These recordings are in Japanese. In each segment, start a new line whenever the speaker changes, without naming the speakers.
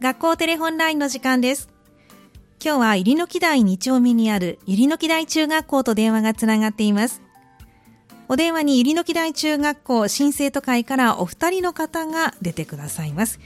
学校テレホンラインの時間です。今日は入野木台2丁目にある入野木台中学校と電話がつながっています。お電話に入野木台中学校新生徒会からお二人の方が出てくださいます。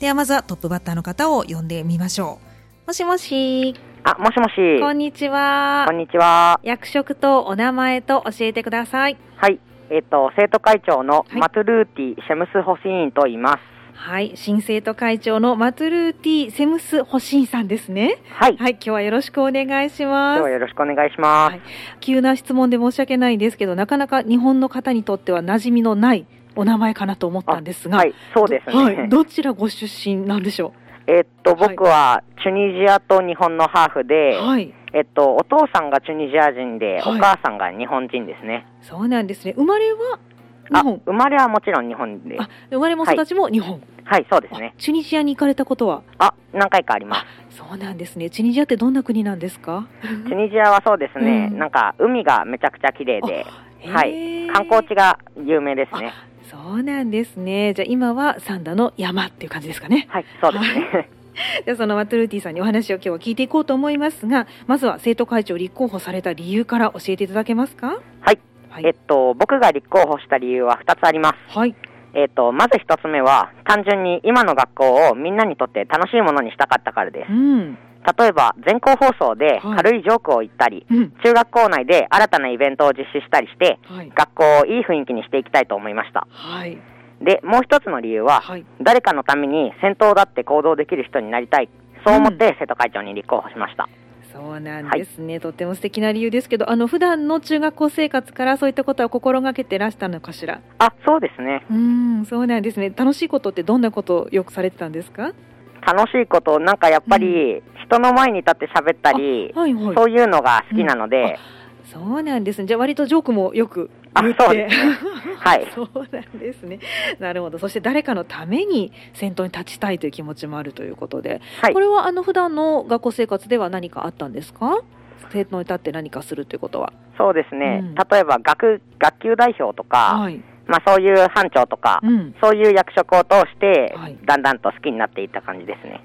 ではまずはトップバッターの方を呼んでみましょう。もしもし。
あ、もしもし。
こんにちは。
こんにちは。
役職とお名前と教えてください。
はい。えっ、と、生徒会長のマトゥルーティ、シェムス・ホシーンと言います。
はい、新生徒会長のマトゥルーティ・セムス・ホシーンさんですね。
はい。
はい、今日はよろしくお願いします。
今日はよろしくお願いします、はい、
急な質問で申し訳ないんですけど、なかなか日本の方にとっては馴染みのないお名前かなと思ったんですが、
はい、そうですね、
はい。どちらご出身なんでしょ
うえっと、僕はチュニジアと日本のハーフで、
はい。
えっと、お父さんがチュニジア人で、お母さんが日本人ですね。
そうなんですね。生まれは
あ生まれはもちろん日本で
あ生まれも育ちも日本、はい、
はい、そうですね
チュニジアに行かれたことは
あ何回かあります
そうなんですねチュニジアってどんな国なんですか
チュニジアはそうですね、うん、なんか海がめちゃくちゃ綺麗で、はい、観光地が有名ですね
そうなんですねじゃあ今はサンダの山っていう感じですかね
はいそうですね、
じゃあそのマトゥルーティさんにお話を今日は聞いていこうと思いますがまずは生徒会長立候補された理由から教えていただけますか
はいはい、えっと、僕が立候補した理由は2つあります。
はい、
えっと、まず1つ目は、単純に今の学校をみんなにとって楽しいものにしたかったからです。
うん、
例えば、全校放送で軽いジョークを言ったり、はいうん、中学校内で新たなイベントを実施したりして、学校をいい雰囲気にしていきたいと思いました。で、もう1つの理由は、誰かのために先頭だって行動できる人になりたい。そう思って生徒会長に立候補しました。
うんそうなんですね、はい、とても素敵な理由ですけど、あの普段の中学校生活からそういったことは心がけてらしたのかしら。
あ、そうですね。
うん、そうなんですね。楽しいことってどんなことをよくされてたんですか。
楽しいことなんかやっぱり人の前に立って喋ったり、
はいはい、
そういうのが好きなので、
うん、そうなんですね。じゃあ割とジョークもよく
あ、そうです、ね、はい。
そうなんですね。なるほど。そして誰かのために先頭に立ちたいという気持ちもあるということで、
はい、
これはあの普段の学校生活では何かあったんですか？生徒に立って何かするということは。
そうですね。うん、例えば学学級代表とか。
はい、
まあそういう班長とか、
うん、
そういう役職を通して、はい、だんだんと好きになっていった感じですね。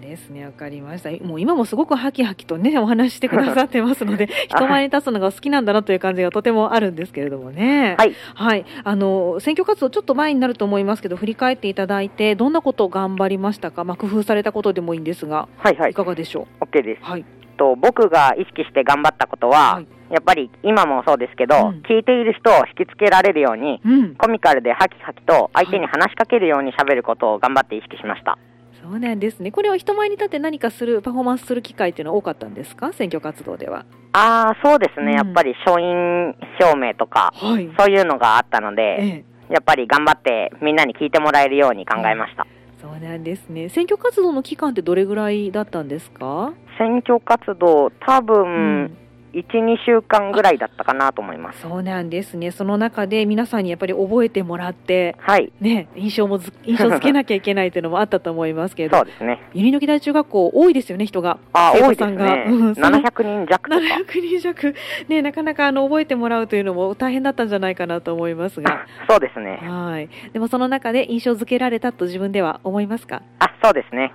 ですね、わかりました。もう今もすごくハキハキとね、 お話してくださってます ので、人前に立つのが好きなんだなという感じがとてもあるんですけれどもね。
はい。
はい。あの、選挙活動ちょっと前になると思いますけど、振り返っていただいて、どんなことを頑張りましたかまあ、工夫されたことでもいいんですが、
はいはい。
いかがでしょ
う ?OK です。
はい。
と、僕が意識して頑張ったことは、はいやっぱり今もそうですけど、うん、聞いている人を引きつけられるように、
うん、
コミカルでハキハキと相手に話しかけるように喋ることを頑張って意識しました。
そうなんですね。これは人前に立って何かするパフォーマンスする機会っていうのは多かったんですか？選挙活動では。
ああ、そうですね。うん、やっぱり書院表明とか、
はい、
そういうのがあったので、ええ、やっぱり頑張ってみんなに聞いてもらえるように考えました。
そうなんですね。選挙活動の期間ってどれぐらいだったんですか？
選挙活動多分、うん12週間ぐらいだったかなと思います
そうなんですねその中で皆さんにやっぱり覚えてもらって、
はい
ね、印象 も印象つけなきゃいけないというのもあったと思いますけど
そうですね
百合の木台中学校多いですよね人が
あ多いですね、うん、700人弱と
人弱、ね、なかなかあの覚えてもらうというのも大変だったんじゃないかなと思いますが
そうですね
はいでもその中で印象付けられたと自分では思いますか
あそうですね
わ、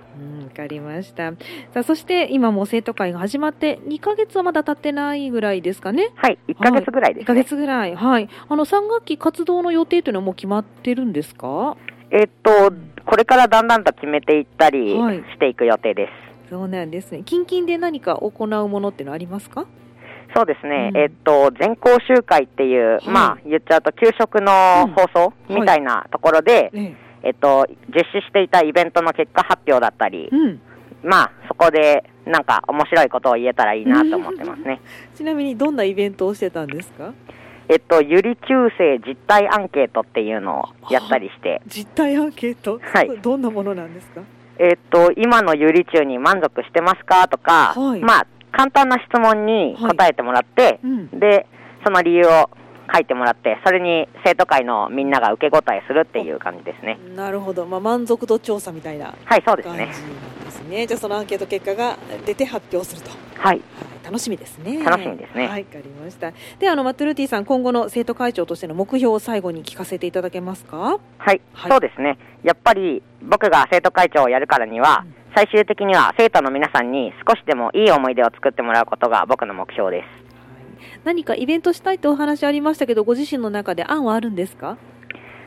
うん、かりましたさあそして今も生徒会が始まって2か月はまだ経ってないないぐらいですかね。
はい、1ヶ月ぐらいです、ね、
はい、1ヶ月ぐらい。はい。あの、3学期活動の予定というのはもう決まってるんですか。
えっと、これからだんだんと決めていったりしていく予定です
はい、そうなんですね。近々で何か行うものってのありますか
そうですね、うん、えっと、全校集会っていう、はい、まあ、言っちゃうと給食の放送みたいなところで、
うんはい、
えっと、実施していたイベントの結果発表だったり、
うん、
まあ、そこでなんか面白いことを言えたらいいなと思ってますね。
ちなみにどんなイベントをしてたんですか？
えっとゆり中世実態アンケートっていうのをやったりして。
実態アンケート？
はい。
どんなものなんですか？
えっと今のゆり中に満足してますかとか、
はい、
まあ簡単な質問に答えてもらって、はい
うん、
でその理由を書いてもらってそれに生徒会のみんなが受け答えするっていう感じですね
なるほど、まあ、満足度調査みたいな
はいそうですね
ですねじゃあそのアンケート結果が出て発表すると
はい、
楽しみですね
楽しみですね
はいわかりましたであのマットルーティさん今後の生徒会長としての目標を最後に聞かせていただけますか
はい、はい、そうですねやっぱり僕が生徒会長をやるからには、うん
最終的には生徒の皆さんに少しでもいい思い出を作ってもらうことが僕の目標です。
何かイベントしたいってお話ありましたけど、ご自身の中で案はあるんですか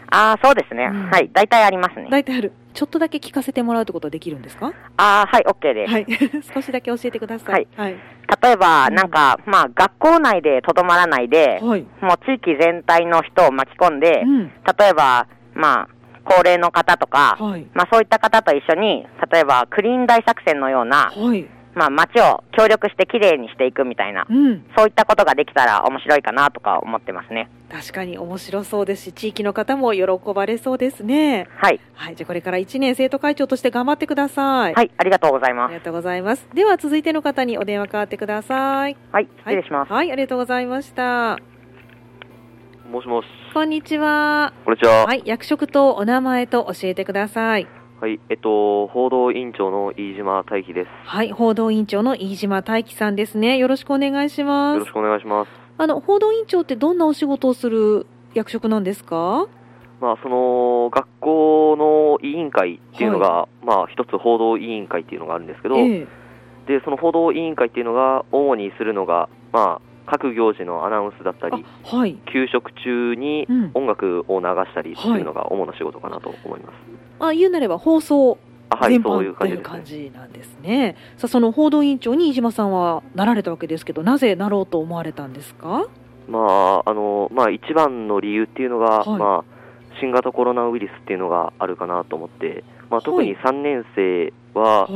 あそうですね、うん、はい、大体ありますね。
大体ある。ちょっとだけ聞かせてもらうってことはできるんですか
あはい、OK です。
はい、 少しだけ教えてください。
はい。はい、例えば、なんか、うん、まあ、学校内でとどまらないで、はい、もう地域全体の人を巻き込んで、うん、例えば、まあ、高齢の方とか、はい、まあ、そういった方と一緒に、例えば、クリーン大作戦のような、はいまあ、街を協力してきれいにしていくみたいな、うん、そういったことができたら面白いかなとか思ってますね
確かに面白そうですし地域の方も喜ばれそうですね
はい、
はい、じゃこれから1年生徒会長として頑張ってください
はいありがとうございますあ
りがとうございますでは続いての方にお電話代わってください
はい失礼します、
はい、はい、ありがとうございました
もしもし
こんにちは
こんにちは
はい役職とお名前と教えてください
はい、えっと、報道委員長の飯島大輝です。
はい、報道委員長の飯島大輝さんですね。よろしくお願いします。
よろしくお願いします。
あの、報道委員長ってどんなお仕事をする役職なんですか
まあ、その、学校の委員会っていうのが、はい、まあ、一つ報道委員会っていうのがあるんですけど、ええ、で、その報道委員会っていうのが、主にするのが、まあ、各行事のアナウンスだったり、
はい、
給食中に音楽を流したりっていうのが主な仕事かなと思います。
はい、あ言うなれば放送
全般、はい、と
いう感じなんですね。さあその報道委員長に飯島さんはなられたわけですけどなぜなろうと思われたんですか、
まああのまあ、一番の理由っていうのが、はい、まあ、新型コロナウイルスっていうのがあるかなと思って、まあ、特に3年生は、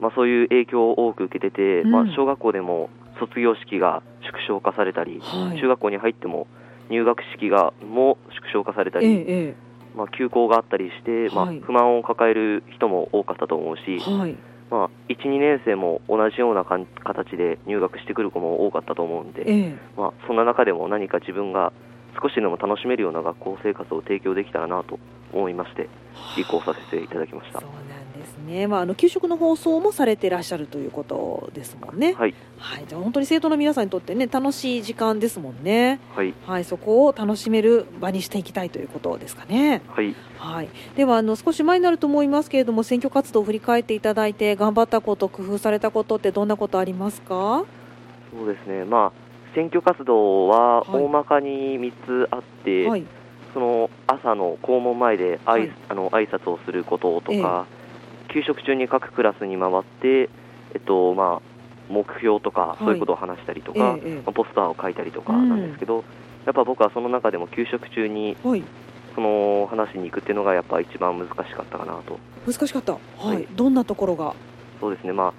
まあ、そういう影響を多く受けてて、うん、まあ、小学校でも卒業式が縮小化されたり、はい、中学校に入っても入学式がも縮小化されたり、ええ、まあ、休校があったりして、はい、まあ、不満を抱える人も多かったと思うし、はい、まあ、12年生も同じような形で入学してくる子も多かったと思うんで、え、まあ、そんな中でも何か自分が少しでも楽しめるような学校生活を提供できたらなと思いまして立候補させていただきました。
ね、まあ、あの給食の放送もされていらっしゃるということですもんね。
はい、
はい、じゃあ、本当に生徒の皆さんにとってね、楽しい時間ですもんね。
はい、
はい、そこを楽しめる場にしていきたいということですかね。
はい、
はい、では、あの少し前になると思いますけれども、選挙活動を振り返っていただいて、頑張ったこと、工夫されたことって、どんなことありますか。
そうですね、まあ、選挙活動は大まかに三つあって。はい、その朝の校門前であい、はい、あの挨拶をすることとか、ええ給食中に各クラスに回って、えっとまあ、目標とかそういうことを話したりとか、はいええ、ポスターを書いたりとかなんですけど、うん、やっぱ僕はその中でも給食中にその話に行くっていうのがやっぱ一番難しかったかなと
難しかった、はい、はい、どんなところが
そうですね、まあ、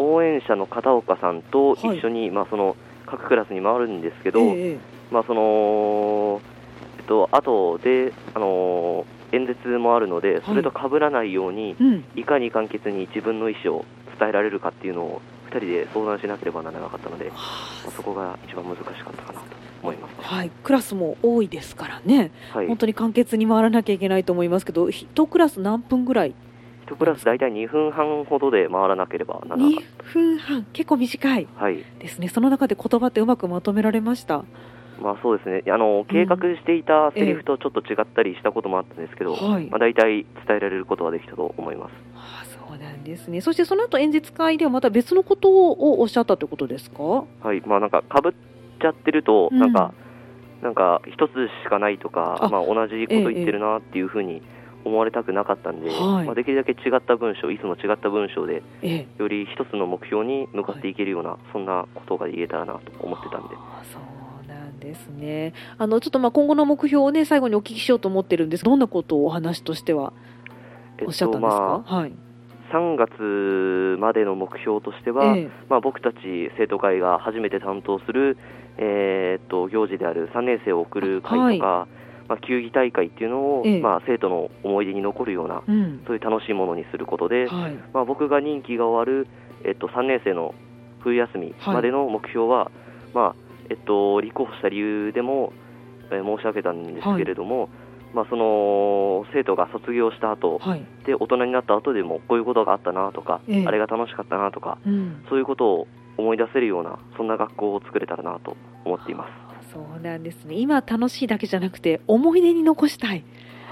応援者の片岡さんと一緒に、はい、まあ、その各クラスに回るんですけど、え、まあそのえっと後で、あのー演説もあるので、それと被らないように、はいうん、いかに簡潔に自分の意思を伝えられるかっていうのを2人で相談しなければならなかったので、まあ、そこが一番難しかったかなと思います、ね、
はい、クラスも多いですからね、はい、本当に簡潔に回らなきゃいけないと思いますけど、1クラス何分ぐらい
1クラス大体2分半ほどで回らなければならなかった
2分半、結構短いですね、はい、その中で言葉ってうまくまとめられました。
まあそうですねあの計画していたセリフとちょっと違ったりしたこともあったんですけど、うんええ、まあ、大体伝えられることはできたと思います、
はあ、そうなんですねそしてその後演説会ではまた別のことをおっしゃったということですか
はいまあなんかかぶっちゃってると、なんか、うん、なんか一つしかないとかまあ、同じこと言ってるなっていうふうに、思われたくなかったんで、え、まあ、できるだけ違った文章いつも違った文章で、より一つの目標に向かっていけるような、はい、そんなことが言えたらなと思ってたんで。
はあですね。あのちょっとまあ今後の目標をね最後にお聞きしようと思ってるんです。どんなことをお話としてはおっしゃったんですか。えっとまあ、はい。
3月までの目標としては、ええ、まあ僕たち生徒会が初めて担当するえー、っと行事である3年生を送る会とか。はい、まあ、球技大会っていうのを、え、まあ、生徒の思い出に残るような、うん、そういう楽しいものにすることで、はい、まあ、僕が任期が終わる、えっと、3年生の冬休みまでの目標は、はい、まあ、えっと、立候補した理由でも、えー、申し上げたんですけれども、はい、まあ、その生徒が卒業した後、はい、で大人になった後でもこういうことがあったなとか、えー、あれが楽しかったなとか、うん、そういうことを思い出せるようなそんな学校を作れたらなと思っています
そうなんですね今楽しいだけじゃなくて思い出に残したい。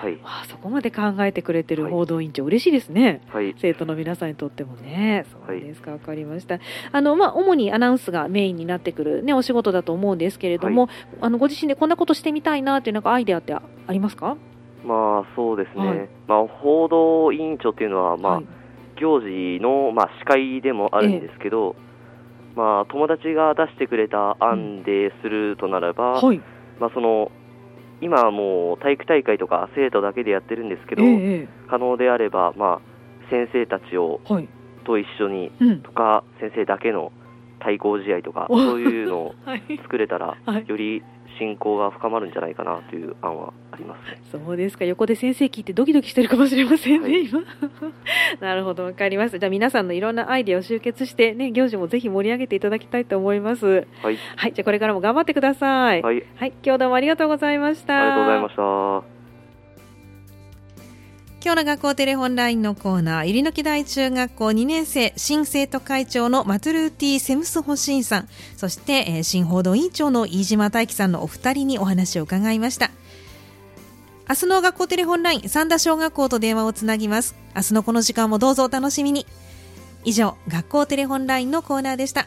はい、
あそこまで考えてくれてる報道委員長、はい、嬉しいですね、
はい、
生徒の皆さんにとってもね。そうですか、はい、分かりました。あのまあ、主にアナウンスがメインになってくる、ね、お仕事だと思うんですけれども、あのご自身でこんなことしてみたいなというなんかアイデアってありますか、
まあ、そうですね、まあ、報道委員長というのは、まあ行事の、まあ、司会でもあるんですけど、えー、まあ、友達が出してくれた案でするとならば、うん、まあ、その今はもう体育大会とか生徒だけでやってるんですけど、えー、可能であれば、まあ、先生たちを、はい、と一緒に、うん、とか先生だけの対抗試合とかそういうのを作れたら、はい、より進行が深まるんじゃないかなという案はあります、ね、
そうですか横で先生聞いてドキドキしてるかもしれませんね、はい、今 なるほどわかりましたじゃあ皆さんのいろんなアイデアを集結してね行事もぜひ盛り上げていただきたいと思います
はい、
はい、じゃあこれからも頑張ってください
はい、
はい、今日どうもありがとうございました
ありがとうございました
今日の学校テレホンラインのコーナー、入野木台中学校2年生、新生徒会長のマトゥルーティ・セムス・ホシンさん、そして、えー、新報道委員長の飯島大樹さんのお二人にお話を伺いました。明日の学校テレホンライン、三田小学校と電話をつなぎます。明日のこの時間もどうぞお楽しみに。以上、学校テレホンラインのコーナーでした。